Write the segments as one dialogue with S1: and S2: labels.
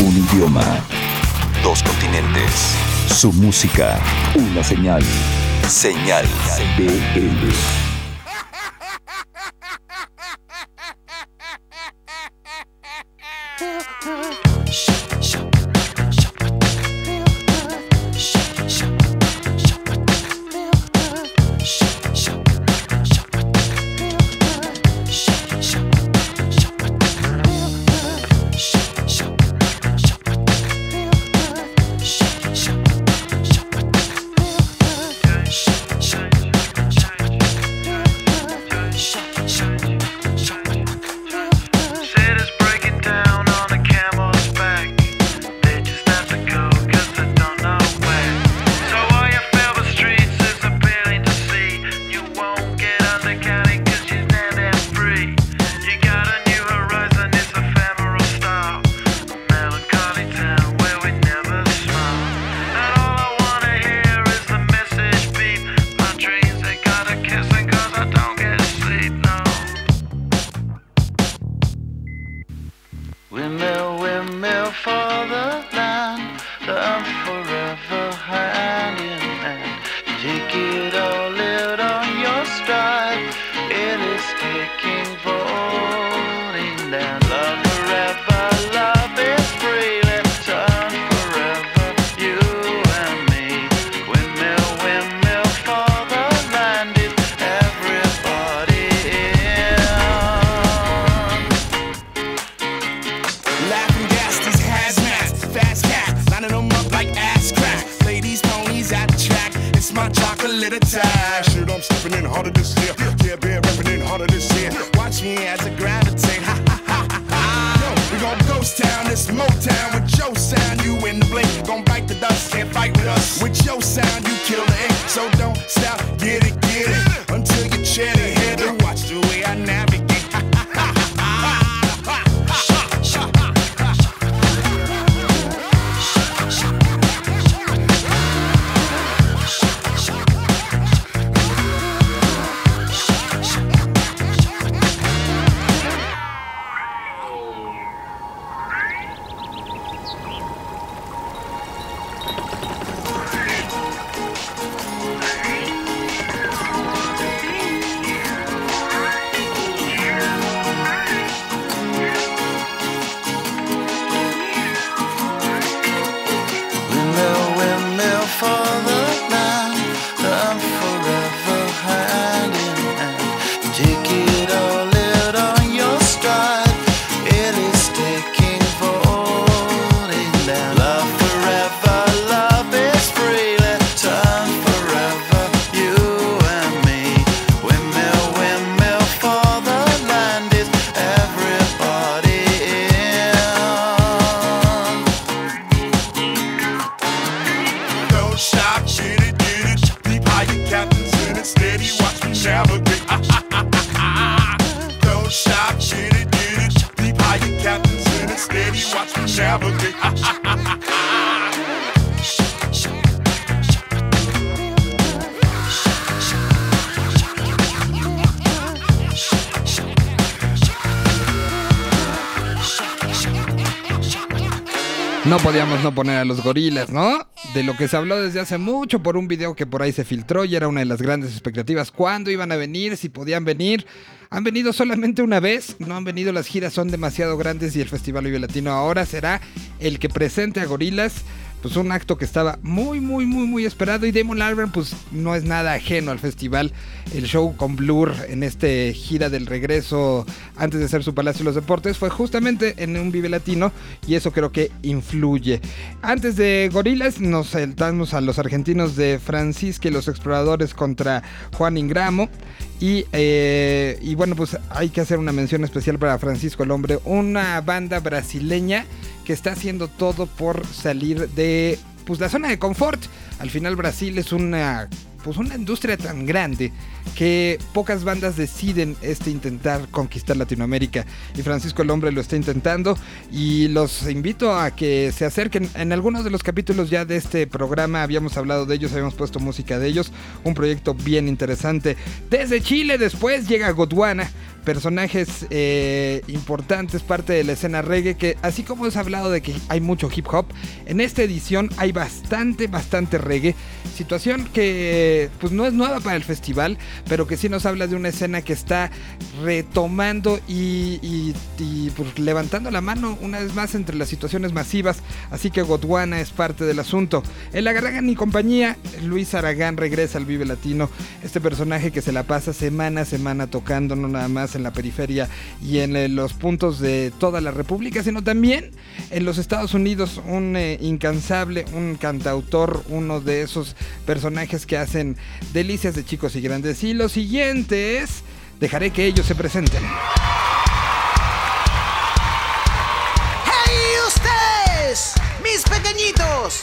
S1: Un idioma. Dos continentes. Su música. Una señal. Señal BL.
S2: Said it's breaking down on a camel's back. They just have to go 'cause they don't know where. So all you feel the streets is appealing to see. You won't get undercounted 'cause you're not that free. You got a new horizon, it's ephemeral style. A melancholy town where we never smile. And all I wanna hear is the message beep. My dreams they gotta kiss 'cause I don't get sleep no. Windmill, windmill for the land, the earth forever hand in hand. Take it all, live on your stride. It is taking falling down. Love forever, love is free. Let's turn forever, you and me. Windmill, windmill for the land. It's everybody in.
S3: Laughing gas, these hazmats, fast cat, lining them up like ass crack. Ladies, ponies at the track, it's my chocolate attack. Shit, I'm stepping in harder this year. Yeah, bear repping in harder this year. Watch me as I gravitate. Ha ha ha ha ha. Yo, we gon' ghost town, this Motown with your sound. You in the blink, gon' bite the dust, can't fight with us. With your sound, you kill the ink, so don't stop, get it, get it. Until you chin it, head to watch the way I navigate. Ha ha ha ha ha ha ha ha.
S2: Windmill, windmill for the land, I'm forever hand in hand. Take it or live on your stride. It is taking falling down. Love forever, love is free. Let's turn forever, you and me. Windmill, windmill for the land is everybody in.
S3: Don't stop, get it, get it. Be higher captains in it, steady, watch me navigate. Ah, ah, ah, ah, ah. Don't stop, get it, get it. Be higher captains in it, steady, watch me navigate. Ah, ah, ah, ah,
S4: No podíamos no poner a los gorilas, ¿no? De lo que se habló desde hace mucho por un video que por ahí se filtró y era una de las grandes expectativas. ¿Cuándo iban a venir? ¿Si podían venir? Han venido solamente una vez, no han venido, las giras son demasiado grandes y el Festival Vive Latino ahora será el que presente a gorilas. Pues un acto que estaba muy, muy, muy, muy esperado. Y Damon Albarn, pues no es nada ajeno al festival. El show con Blur en este gira del regreso antes de ser su Palacio de los Deportes fue justamente en un Vive Latino y eso creo que influye. Antes de Gorilas, nos saltamos a los argentinos de Francisque, los exploradores contra Juan Ingramo. Y, eh, y bueno, pues hay que hacer una mención especial para Francisco el Hombre, una banda brasileña que está haciendo todo por salir de pues, la zona de confort. Al final Brasil es una, pues, una industria tan grande que pocas bandas deciden este intentar conquistar Latinoamérica. Y Francisco el Hombre lo está intentando y los invito a que se acerquen. En algunos de los capítulos ya de este programa habíamos hablado de ellos, habíamos puesto música de ellos. Un proyecto bien interesante. Desde Chile después llega Gondwana personajes eh, importantes, parte de la escena reggae, que así como os he hablado de que hay mucho hip hop, en esta edición hay bastante, bastante reggae, situación que pues no es nueva para el festival, pero que sí nos habla de una escena que está retomando y, y- y, pues, levantando la mano una vez más entre las situaciones masivas, así que Godwana es parte del asunto. En la Garragan y compañía, Luis Aragán regresa al Vive Latino, este personaje que se la pasa semana a semana tocando, no nada más en la periferia y en eh, los puntos de toda la República, sino también en los Estados Unidos, un eh, incansable, un cantautor, uno de esos personajes que hacen delicias de chicos y grandes. Y lo siguiente es, dejaré que ellos se presenten.
S5: ¡Hey ustedes! ¡Mis pequeñitos!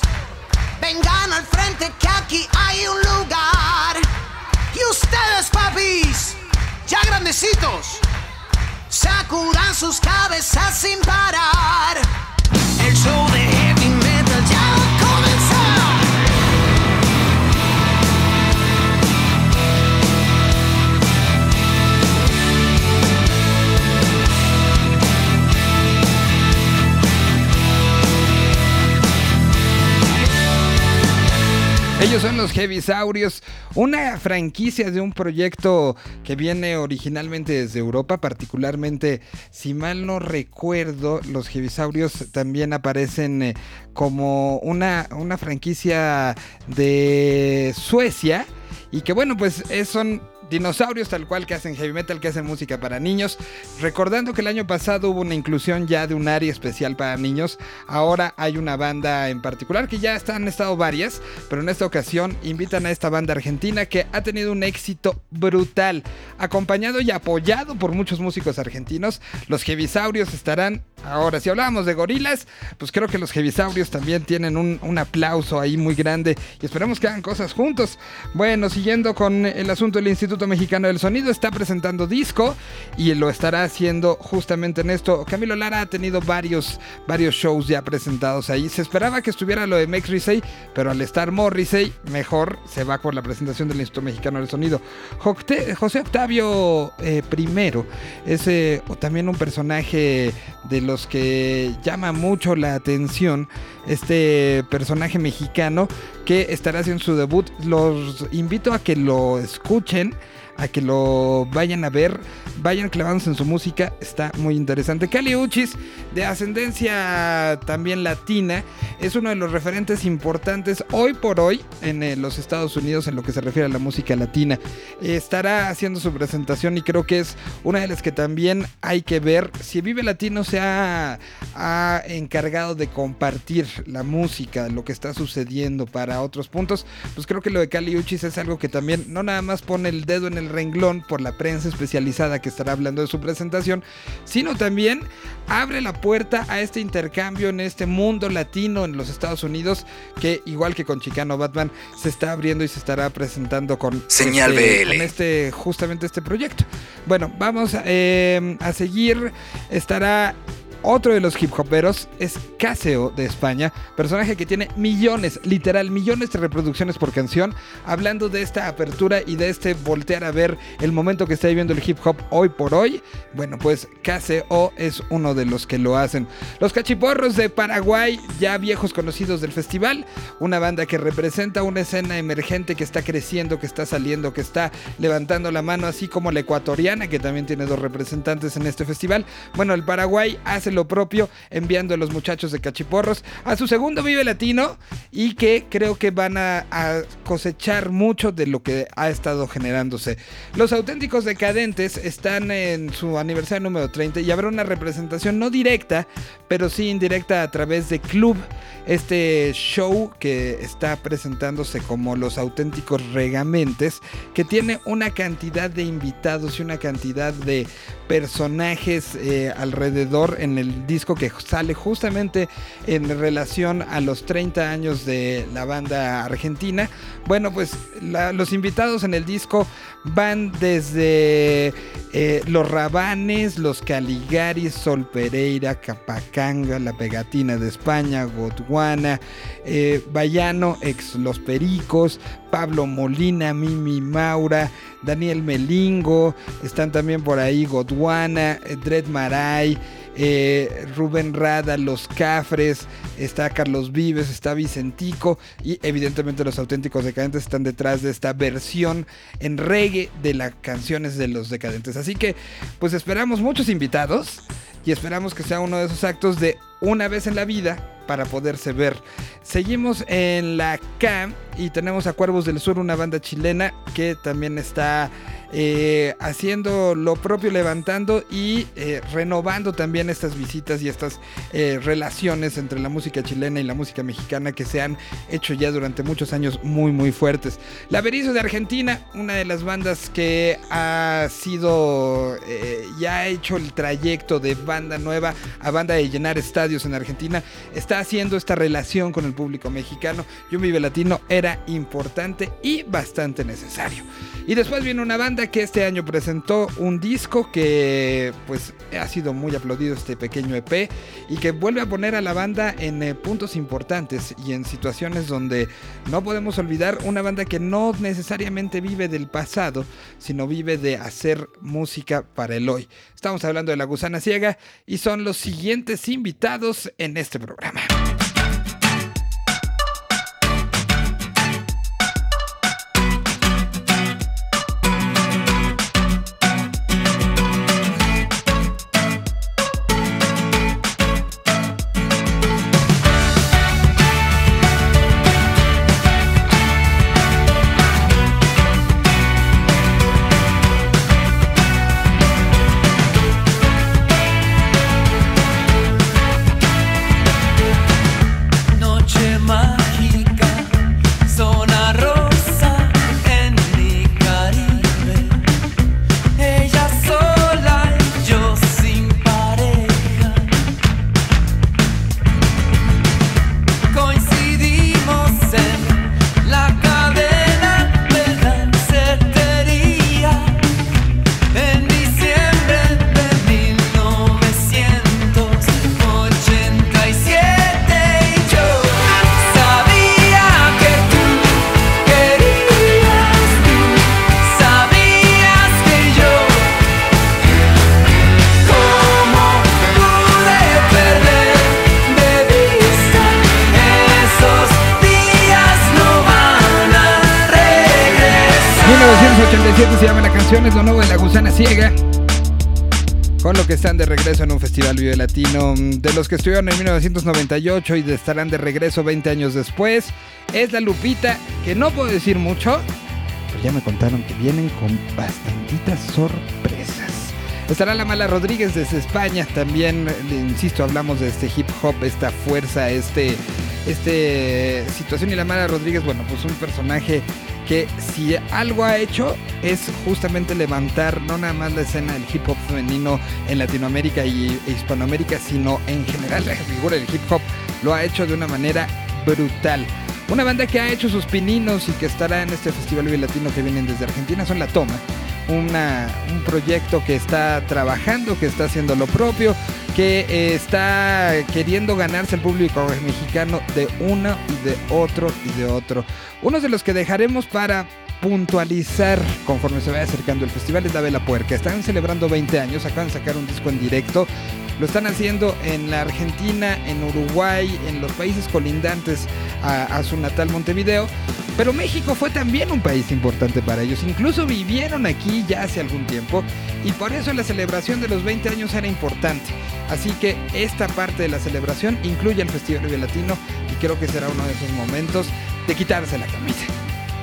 S5: Vengan al frente que aquí hay un lugar. Y ustedes, papis, ya grandecitos, sacudan sus cabezas sin parar. El show de heavy metal ya va a comenzar.
S4: Ellos son los Heavisaurios, una franquicia de un proyecto que viene originalmente desde Europa, particularmente, si mal no recuerdo, los Heavisaurios también aparecen eh, como una, una franquicia de Suecia y que bueno, pues eh, son dinosaurios tal cual que hacen heavy metal, que hacen música para niños. Recordando que el año pasado hubo una inclusión ya de un área especial para niños, ahora hay una banda en particular que ya está- han estado varias, pero en esta ocasión invitan a esta banda argentina que ha tenido un éxito brutal, acompañado y apoyado por muchos músicos argentinos. Los Heavisaurios estarán ahora. Si hablábamos de gorilas, pues creo que los Heavisaurios también tienen un, un aplauso ahí muy grande y esperemos que hagan cosas juntos. Bueno, siguiendo con el asunto del Instituto Mexicano del Sonido, está presentando disco y lo estará haciendo justamente en esto. Camilo Lara ha tenido varios, varios shows ya presentados ahí. Se esperaba que estuviera lo de Max Risey, pero al estar Morrissey, mejor se va por la presentación del Instituto Mexicano del Sonido. Jocte- José Octavio eh, primero es eh, o también un personaje de los que llama mucho la atención. Este personaje mexicano que estará haciendo su debut. Los invito a que lo escuchen, a que lo vayan a ver, vayan clavándose en su música, está muy interesante. Cali Uchis, de ascendencia también latina, es uno de los referentes importantes hoy por hoy en eh, los Estados Unidos en lo que se refiere a la música latina. Estará haciendo su presentación y creo que es una de las que también hay que ver. Si Vive Latino se ha, ha encargado de compartir la música, lo que está sucediendo para otros puntos, pues creo que lo de Cali Uchis es algo que también no nada más pone el dedo en el renglón por la prensa especializada que estará hablando de su presentación, sino también abre la puerta a este intercambio en este mundo latino en los Estados Unidos que igual que con Chicano Batman se está abriendo y se estará presentando con
S1: Señal
S4: este-
S1: BL.
S4: con este justamente este proyecto. Bueno, vamos eh, a seguir. Estará otro de los hip hoperos, es Caseo de España, personaje que tiene millones, literal, millones de reproducciones por canción, hablando de esta apertura y de este voltear a ver el momento que está viviendo el hip hop hoy por hoy. Bueno, pues Caseo es uno de los que lo hacen. Los Cachiporros de Paraguay, ya viejos conocidos del festival, una banda que representa una escena emergente que está creciendo, que está saliendo, que está levantando la mano, así como la ecuatoriana, que también tiene dos representantes en este festival. Bueno, el Paraguay hace lo propio, enviando a los muchachos de Cachiporros a su segundo Vive Latino y que creo que van a, a cosechar mucho de lo que ha estado generándose. Los auténticos decadentes están en su aniversario número 30 y habrá una representación no directa, pero sí indirecta a través de Club, este show que está presentándose como los auténticos regamentes, que tiene una cantidad de invitados y una cantidad de personajes eh, alrededor en del disco que sale justamente en relación a los 30 años de la banda argentina. Bueno, pues la- los invitados en el disco van desde eh, los Rabanes, los Caligaris, Sol Pereira, Capacanga, La Pegatina de España, Godwana, eh, Bayano, ex Los Pericos, Pablo Molina, Mimi Maura, Daniel Melingo, están también por ahí Godwana, eh, Dred Maray, eh, Rubén Rada, Los Cafres, está Carlos Vives, está Vicentico y evidentemente los auténticos decadentes están detrás de esta versión en reggae de las canciones de los decadentes. Así que pues esperamos muchos invitados y esperamos que sea uno de esos actos de una vez en la vida para poderse ver. Seguimos en la CAM y tenemos a Cuervos del Sur, una banda chilena que también está eh, haciendo lo propio, levantando y eh, renovando también estas visitas y estas eh, relaciones entre la música chilena y la música mexicana que se han hecho ya durante muchos años muy muy fuertes. La Berizo de Argentina, una de las bandas que ha sido eh, ya ha hecho el trayecto de banda nueva a banda de llenar estadios en Argentina, está haciendo esta relación con el público mexicano y un Vive Latino era importante y bastante necesario. Y después viene una banda que este año presentó un disco que pues ha sido muy aplaudido este pequeño EP y que vuelve a poner a la banda en eh, puntos importantes y en situaciones donde no podemos olvidar una banda que no necesariamente vive del pasado, sino vive de hacer música para el hoy. Estamos hablando de La Gusana Ciega y son los siguientes invitados en este programa.
S6: Noche mágica, zona rosa en mi Caribe. Ella sola y yo sin pareja. Coincidimos en la cadena de dancetería en diciembre de 1987 y yo sabía que tú querías, tú sabías que yo como pude perder de vista esos días no van a regresar.
S4: 1987 se llama la canción, es lo nuevo de La Gusana Ciega. Con lo que están de regreso en un festival vive latino, mm, de los que estuvieron en 1998 y de- estarán de regreso 20 años después, es la Lupita, que no puedo decir mucho, pero ya me contaron que vienen con bastantitas sorpresas. Estará la Mala Rodríguez desde España, también, le insisto, hablamos de este hip hop, esta fuerza, este, este situación y la Mala Rodríguez, bueno, pues un personaje que si algo ha hecho es justamente levantar no nada más la escena del hip hop femenino en Latinoamérica y e Hispanoamérica, sino en general la figura del hip hop lo ha hecho de una manera brutal. Una banda que ha hecho sus pininos y que estará en este festival latino que vienen desde Argentina son La Toma. Una- un proyecto que está trabajando, que está haciendo lo propio, que eh, está queriendo ganarse el público mexicano de uno y de otro y de otro. Uno de los que dejaremos para puntualizar conforme se vaya acercando el festival es La Vela Puerca. Están celebrando 20 años, acaban de sacar un disco en directo. Lo están haciendo en la Argentina, en Uruguay, en los países colindantes a, a su natal Montevideo. Pero México fue también un país importante para ellos. Incluso vivieron aquí ya hace algún tiempo. Y por eso la celebración de los 20 años era importante. Así que esta parte de la celebración incluye el Festival Vive Latino. Y creo que será uno de esos momentos de quitarse la camisa.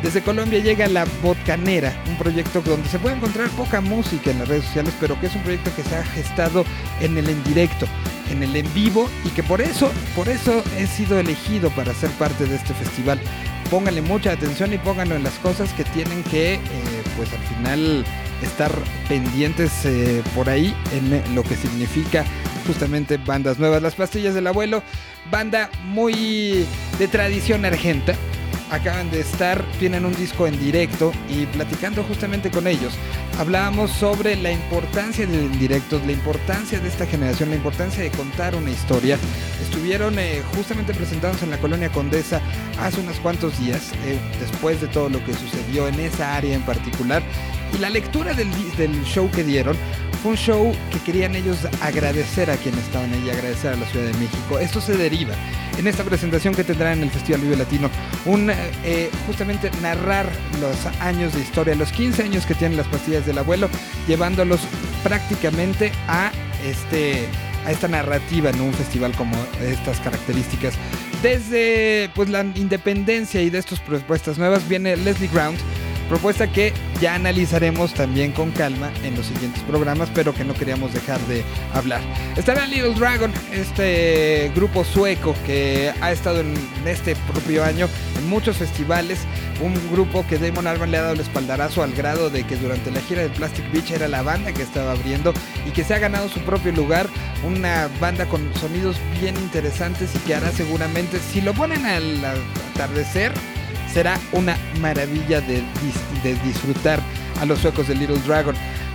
S4: Desde Colombia llega La Botanera, un proyecto donde se puede encontrar poca música en las redes sociales, pero que es un proyecto que se ha gestado en el en directo, en el en vivo y que por eso, por eso he sido elegido para ser parte de este festival. Pónganle mucha atención y pónganlo en las cosas que tienen que, eh, pues al final, estar pendientes eh, por ahí en lo que significa justamente bandas nuevas. Las Pastillas del Abuelo, banda muy de tradición argenta. Acaban de estar, tienen un disco en directo y platicando justamente con ellos, hablábamos sobre la importancia de los directos, la importancia de esta generación, la importancia de contar una historia. Estuvieron eh, justamente presentados en la colonia Condesa hace unos cuantos días, eh, después de todo lo que sucedió en esa área en particular. Y la lectura del, di- del show que dieron fue un show que querían ellos agradecer a quienes estaban ahí, agradecer a la Ciudad de México. Esto se deriva en esta presentación que tendrán en el Festival Vive Latino, un, eh, justamente narrar los años de historia, los 15 años que tienen las pastillas del abuelo, llevándolos prácticamente a este a esta narrativa en un festival como estas características. Desde pues la independencia y de estas propuestas nuevas viene Leslie Ground, Propuesta que ya analizaremos también con calma en los siguientes programas, pero que no queríamos dejar de hablar. Estará Little Dragon, este grupo sueco que ha estado en este propio año en muchos festivales. Un grupo que Damon Albarn le ha dado el espaldarazo al grado de que durante la gira de Plastic Beach era la banda que estaba abriendo y que se ha ganado su propio lugar. Una banda con sonidos bien interesantes y que hará seguramente, si lo ponen al atardecer, será una maravilla de, dis- de disfrutar a los suecos de Little Dragon.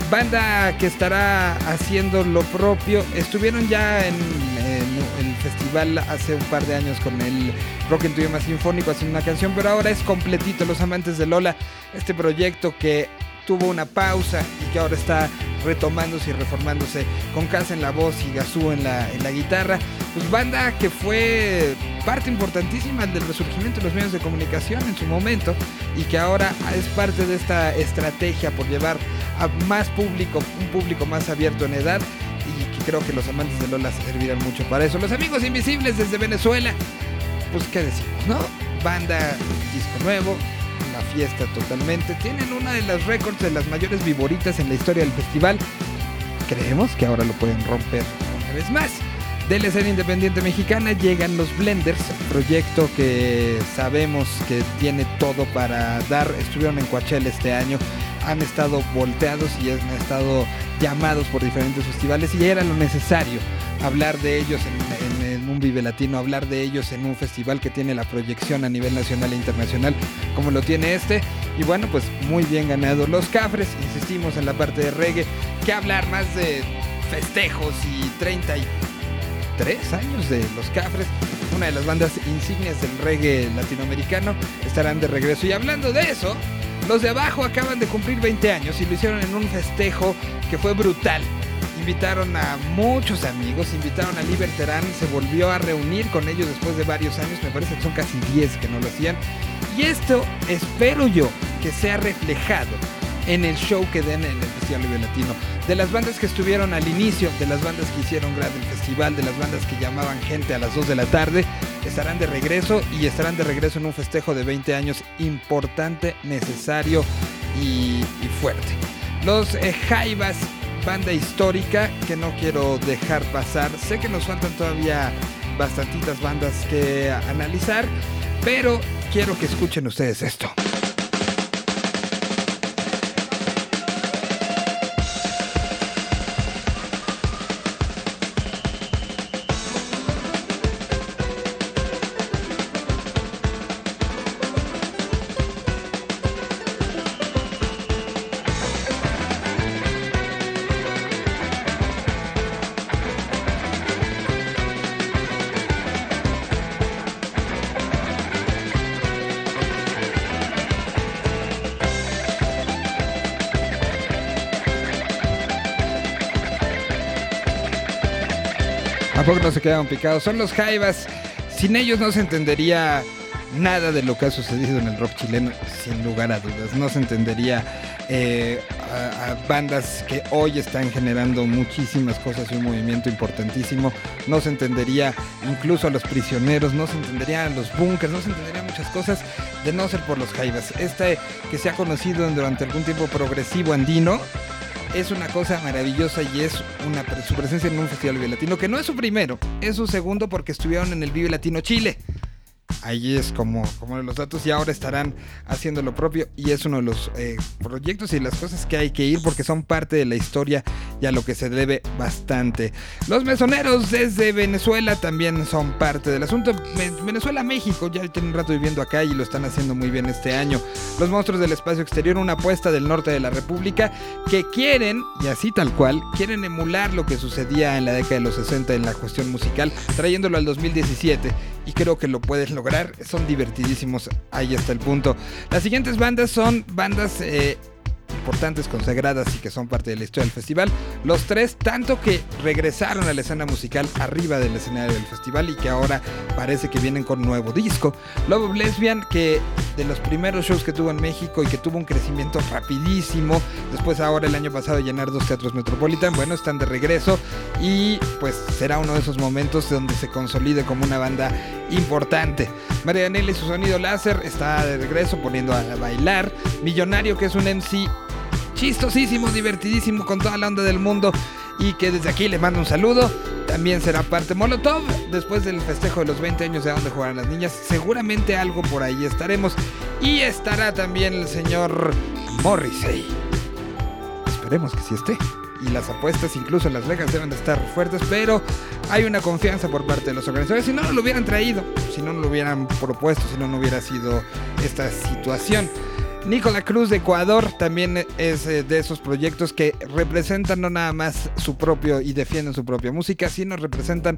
S4: Banda que estará haciendo lo propio. Estuvieron ya en, en el festival hace un par de años con el Rock en tu idioma sinfónico haciendo una canción, pero ahora es completito Los Amantes de Lola, este proyecto que tuvo una pausa y que ahora está retomándose y reformándose con Casa en la voz y Gazú en la, en la guitarra. Pues banda que fue parte importantísima del resurgimiento de los medios de comunicación en su momento y que ahora es parte de esta estrategia por llevar a más público, un público más abierto en edad y que creo que los amantes de Lola servirán mucho para eso. Los amigos invisibles desde Venezuela pues qué decimos, ¿no? Banda, disco nuevo, una fiesta totalmente. Tienen una de las récords de las mayores viboritas en la historia del festival. Creemos que ahora lo pueden romper una vez más. De la escena independiente mexicana llegan los Blenders, proyecto que sabemos que tiene todo para dar. Estuvieron en Coachella este año, han estado volteados y han estado llamados por diferentes festivales y era lo necesario hablar de ellos en- en, en un Vive Latino, hablar de ellos en un festival que tiene la proyección a nivel nacional e internacional como lo tiene este. Y bueno, pues muy bien ganado. Los Cafres, insistimos en la parte de reggae, que hablar más de festejos y 30 y tres años de Los Cafres, una de las bandas insignias del reggae latinoamericano, estarán de regreso. Y hablando de eso, los de abajo acaban de cumplir 20 años y lo hicieron en un festejo que fue brutal. Invitaron a muchos amigos, invitaron a Liber Terán, se volvió a reunir con ellos después de varios años, me parece que son casi 10 que no lo hacían. Y esto espero yo que sea reflejado en el show que den en el Festival Vive Latino. De las bandas que estuvieron al inicio, de las bandas que hicieron grande el festival, de las bandas que llamaban gente a las 2 de la tarde, estarán de regreso y estarán de regreso en un festejo de 20 años importante, necesario y, y fuerte. Los eh, Jaivas, banda histórica que no quiero dejar pasar. Sé que nos faltan todavía bastantitas bandas que analizar, pero quiero que escuchen ustedes esto. ¿A poco no se quedaron picados? Son los Jaivas. Sin ellos no se entendería nada de lo que ha sucedido en el rock chileno, sin lugar a dudas. No se entendería eh, a, a bandas que hoy están generando muchísimas cosas y un movimiento importantísimo. No se entendería incluso a los prisioneros, no se entendería a los bunkers, no se entendería muchas cosas de no ser por los Jaivas. Este que se ha conocido durante algún tiempo progresivo andino, es una cosa maravillosa y es una, pre- su presencia en un festival Vive Latino, que no es su primero, es su segundo porque estuvieron en el Vive Latino Chile, Ahí es como, como los datos y ahora estarán haciendo lo propio y es uno de los eh, proyectos y las cosas que hay que ir porque son parte de la historia y a lo que se debe bastante. Los mesoneros desde Venezuela también son parte del asunto. Ve- Venezuela-México ya tienen un rato viviendo acá y lo están haciendo muy bien este año. Los monstruos del espacio exterior, una apuesta del norte de la República que quieren, y así tal cual, quieren emular lo que sucedía en la década de los 60 en la cuestión musical, trayéndolo al 2017. Y creo que lo puedes lograr, son divertidísimos, ahí está el punto. Las siguientes bandas son bandas... eh, importantes, consagradas y que son parte de la historia del festival. Los tres, tanto que regresaron a la escena musical arriba del escenario del festival y que ahora parece que vienen con nuevo disco. Love of Lesbian, que de los primeros shows que tuvo en México y que tuvo un crecimiento rapidísimo, después ahora el año pasado de llenar dos teatros Metropolitan, bueno, están de regreso y pues será uno de esos momentos donde se consolide como una banda importante. Marianela y su sonido láser está de regreso poniendo a bailar. Millonario, que es un MC chistosísimo, divertidísimo, con toda la onda del mundo. Y que desde aquí les mando un saludo. También será parte Molotov. Después del festejo de los 20 años de a dónde jugarán las niñas. Seguramente algo por ahí estaremos. Y estará también el señor Morrissey. Esperemos que sí esté. Y las apuestas, incluso las legas, deben de estar fuertes, pero hay una confianza por parte de los organizadores. Si no, no lo hubieran traído, si no, no lo hubieran propuesto, si no, no hubiera sido esta situación. Nicola Cruz de Ecuador también es eh, de esos proyectos que representan no nada más su propio y defienden su propia música, sino representan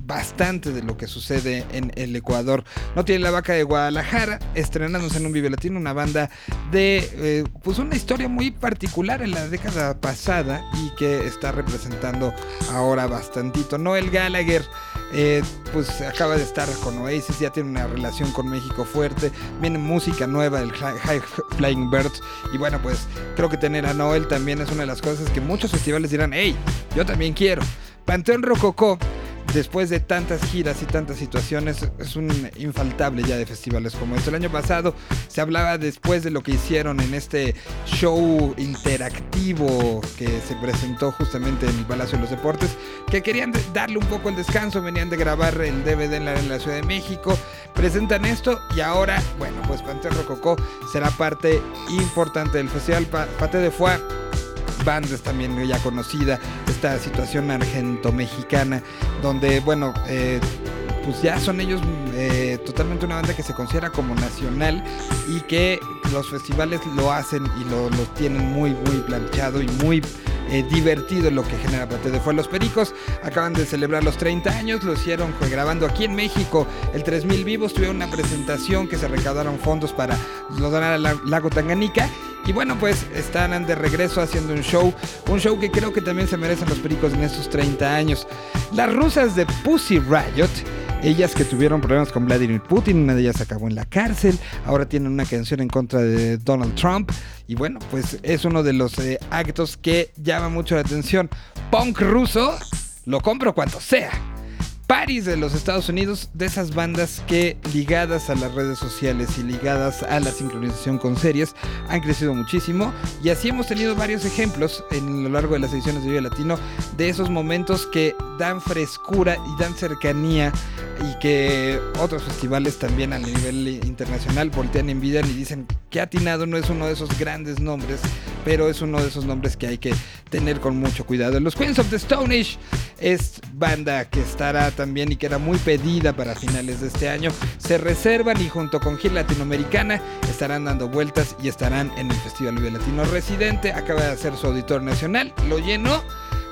S4: bastante de lo que sucede en el Ecuador. No tiene la vaca de Guadalajara, estrenándose en un Vive Latino, una banda de eh, pues una historia muy particular en la década pasada y que está representando ahora bastantito. Noel Gallagher eh, pues acaba de estar con Oasis, ya tiene una relación con México fuerte, viene música nueva del Hi- High Flying Birds y bueno pues creo que tener a Noel también es una de las cosas que muchos festivales dirán, hey, yo también quiero. Panteón Rococó después de tantas giras y tantas situaciones, es un infaltable ya de festivales como esto. El año pasado se hablaba después de lo que hicieron en este show interactivo que se presentó justamente en el Palacio de los Deportes, que querían de- darle un poco el descanso, venían de grabar el DVD en la, en la Ciudad de México, presentan esto y ahora, bueno, pues Pantera Rococó será parte importante del festival. Pa- Pate de Foix bandas también ya conocida, esta situación argento-mexicana, donde, bueno, eh, pues ya son ellos eh, totalmente una banda que se considera como nacional y que los festivales lo hacen y lo, lo tienen muy, muy planchado y muy eh, divertido lo que genera Pate de Fuego. Los Pericos acaban de celebrar los 30 años, lo hicieron fue grabando aquí en México el 3000 Vivos, tuvieron una presentación que se recaudaron fondos para los donar al la- lago Tanganica y bueno, pues están de regreso haciendo un show, un show que creo que también se merecen los Pericos en estos 30 años. Las rusas de Pussy Riot ellas que tuvieron problemas con Vladimir Putin, una de ellas acabó en la cárcel, ahora tienen una canción en contra de Donald Trump y bueno, pues es uno de los eh, actos que llama mucho la atención. Punk ruso, lo compro cuanto sea. Paris de los Estados Unidos, de esas bandas que ligadas a las redes sociales y ligadas a la sincronización con series han crecido muchísimo y así hemos tenido varios ejemplos en lo largo de las ediciones de Vive Latino de esos momentos que dan frescura y dan cercanía y que otros festivales también a nivel internacional voltean, envidian y dicen que Atinado no es uno de esos grandes nombres, pero es uno de esos nombres que hay que tener con mucho cuidado. Los Queens of the Stone Age es banda que estará también y que era muy pedida para finales de este año. Se reservan y junto con Gil Latinoamericana estarán dando vueltas y estarán en el Festival Vive Latino Residente. Acaba de hacer su auditorio nacional, lo llenó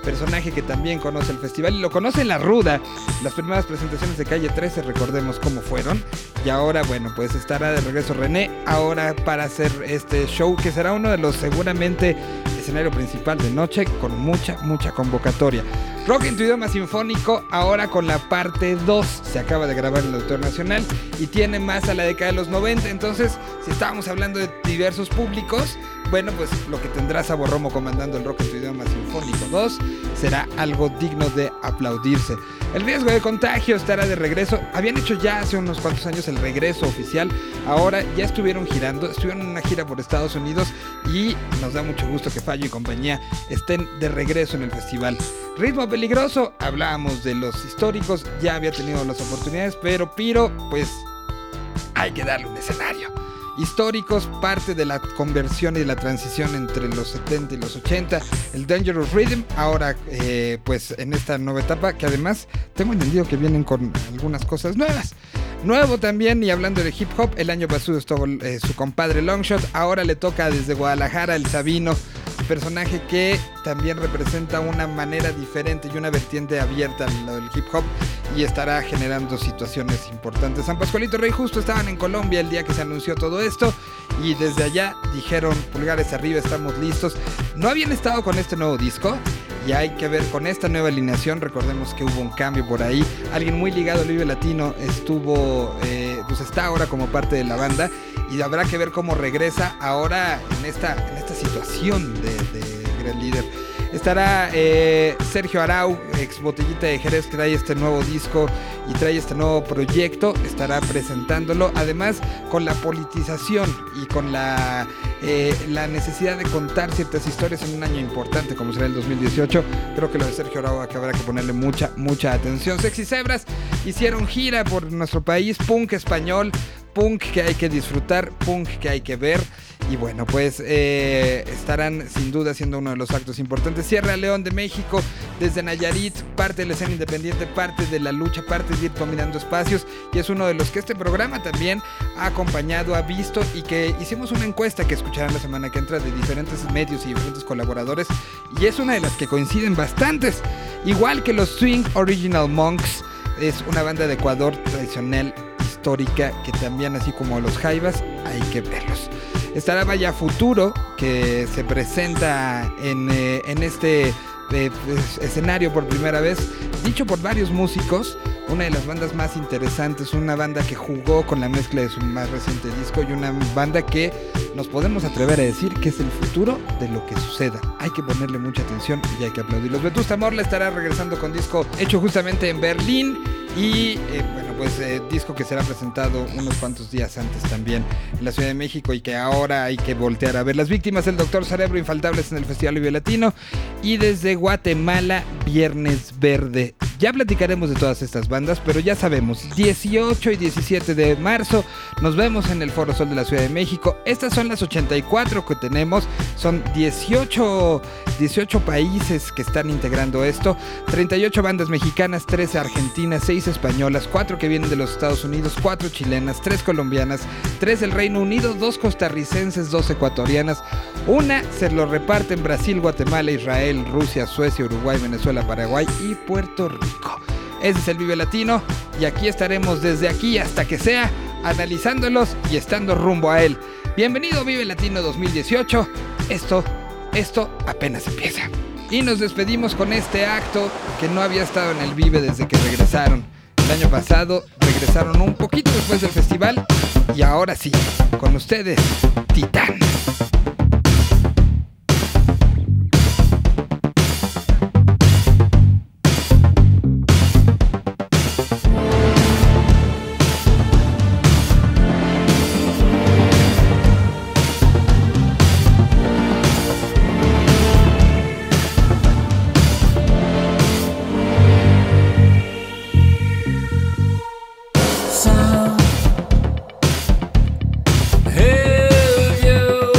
S4: personaje que también conoce el festival y lo conoce en la ruda. Las primeras presentaciones de Calle 13, recordemos cómo fueron. Y ahora, bueno, pues estará de regreso René, ahora para hacer este show que será uno de los seguramente escenario principal de noche con mucha, mucha convocatoria. Rock en tu idioma sinfónico, ahora con la parte 2, se acaba de grabar en el Autor Nacional y tiene más a la década de los 90, entonces si estábamos hablando de diversos públicos, bueno, pues lo que tendrá Sabor Romo comandando el rock en tu idioma sinfónico 2 será algo digno de aplaudirse. El riesgo de contagio estará de regreso. Habían hecho ya hace unos cuantos años el regreso oficial. Ahora ya estuvieron girando, estuvieron en una gira por Estados Unidos y nos da mucho gusto que Fallo y compañía estén de regreso en el festival. Ritmo peligroso, hablábamos de los históricos, ya había tenido las oportunidades, pero Piro, pues hay que darle un escenario. Históricos, parte de la conversión y de la transición entre los 70 y los 80. El Dangerous Rhythm, ahora eh, pues en esta nueva etapa, que además tengo entendido que vienen con algunas cosas nuevas. Nuevo también, y hablando de hip hop, el año pasado estuvo eh, su compadre Longshot, ahora le toca desde Guadalajara el Sabino, personaje que también representa una manera diferente y una vertiente abierta al lado del hip hop y estará generando situaciones importantes. San Pascualito Rey justo estaban en Colombia el día que se anunció todo esto y desde allá dijeron pulgares arriba, estamos listos. No habían estado con este nuevo disco, y hay que ver con esta nueva alineación. Recordemos que hubo un cambio por ahí. Alguien muy ligado al Vive Latino estuvo, eh, pues está ahora como parte de la banda y habrá que ver cómo regresa ahora en esta, en esta situación de, de Gran Líder. Estará eh, Sergio Arau, ex botellita de Jerez, que trae este nuevo disco y trae este nuevo proyecto. Estará presentándolo. Además, con la politización y con la, eh, la necesidad de contar ciertas historias en un año importante como será el 2018, creo que lo de Sergio Arau que habrá que ponerle mucha, mucha atención. Sexy Zebras hicieron gira por nuestro país, punk español, punk que hay que disfrutar, punk que hay que ver. Y bueno, pues eh, estarán sin duda siendo uno de los actos importantes. Sierra León de México, desde Nayarit, parte de la escena independiente, parte de la lucha, parte de ir dominando espacios. Y es uno de los que este programa también ha acompañado, ha visto y que hicimos una encuesta que escucharán la semana que entra de diferentes medios y diferentes colaboradores. Y es una de las que coinciden bastantes. Igual que los Swing Original Monks, es una banda de Ecuador tradicional histórica que también así como los Jaivas hay que verlos. Estará Vaya Futuro que se presenta en, eh, en este eh, pues, escenario por primera vez, dicho por varios músicos, una de las bandas más interesantes, una banda que jugó con la mezcla de su más reciente disco y una banda que nos podemos atrever a decir que es el futuro de lo que suceda. Hay que ponerle mucha atención y hay que aplaudirlos. Vetusta Morla estará regresando con disco hecho justamente en Berlín y eh, bueno, pues eh, disco que será presentado unos cuantos días antes también en la Ciudad de México y que ahora hay que voltear a ver. Las víctimas del Doctor Cerebro Infaltables en el Festival Vive Latino y desde Guatemala, Viernes Verde. Ya platicaremos de todas estas bandas, pero ya sabemos, 18 y 17 de marzo nos vemos en el Foro Sol de la Ciudad de México. Estas son las 84 que tenemos, son 18, 18 países que están integrando esto, 38 bandas mexicanas, 13 argentinas, 6 españolas, 4 que vienen de los Estados Unidos, 4 chilenas, 3 colombianas, 3 del Reino Unido, 2 costarricenses, 2 ecuatorianas, una se lo reparten Brasil, Guatemala, Israel, Rusia, Suecia, Uruguay, Venezuela, Paraguay y Puerto Rico. Ese es el Vive Latino y aquí estaremos desde aquí hasta que sea, analizándolos y estando rumbo a él. Bienvenido Vive Latino 2018. Esto, esto apenas empieza. Y nos despedimos con este acto que no había estado en el Vive desde que regresaron. El año pasado regresaron un poquito después del festival y ahora sí, con ustedes, Titán.
S6: Sound. Hear you.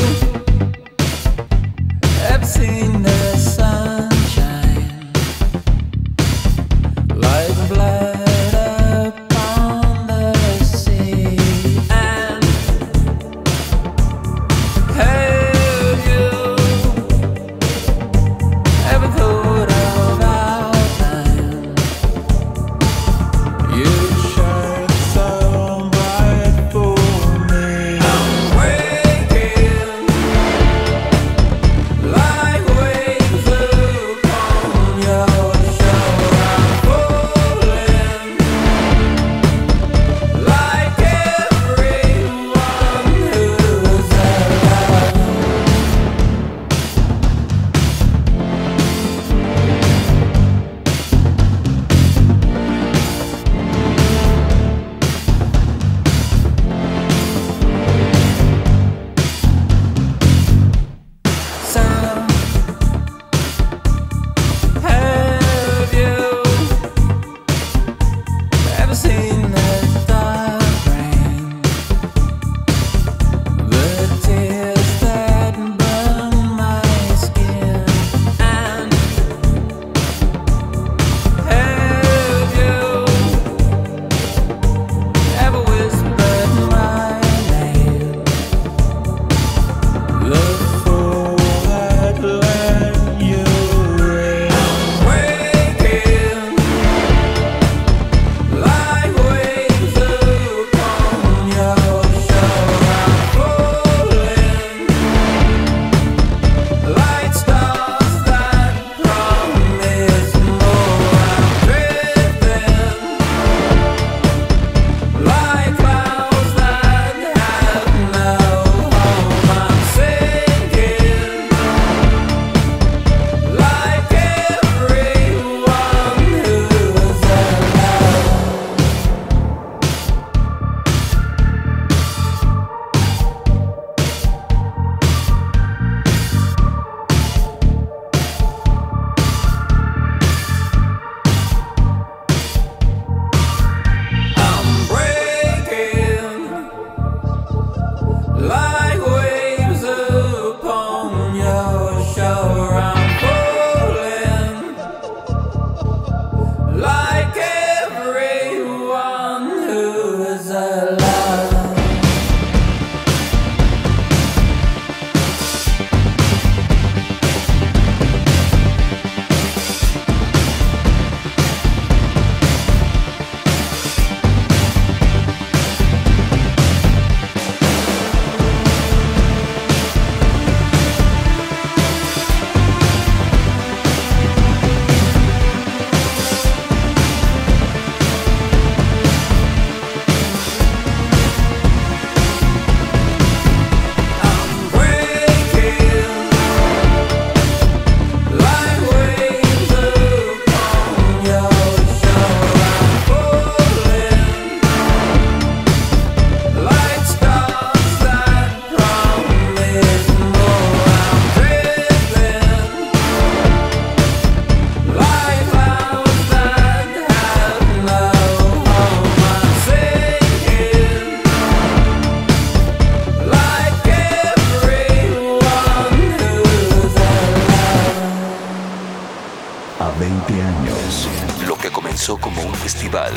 S1: festival.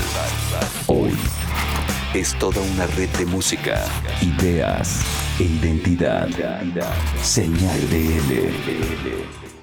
S1: Hoy es toda una red de música, ideas e identidad. Señal de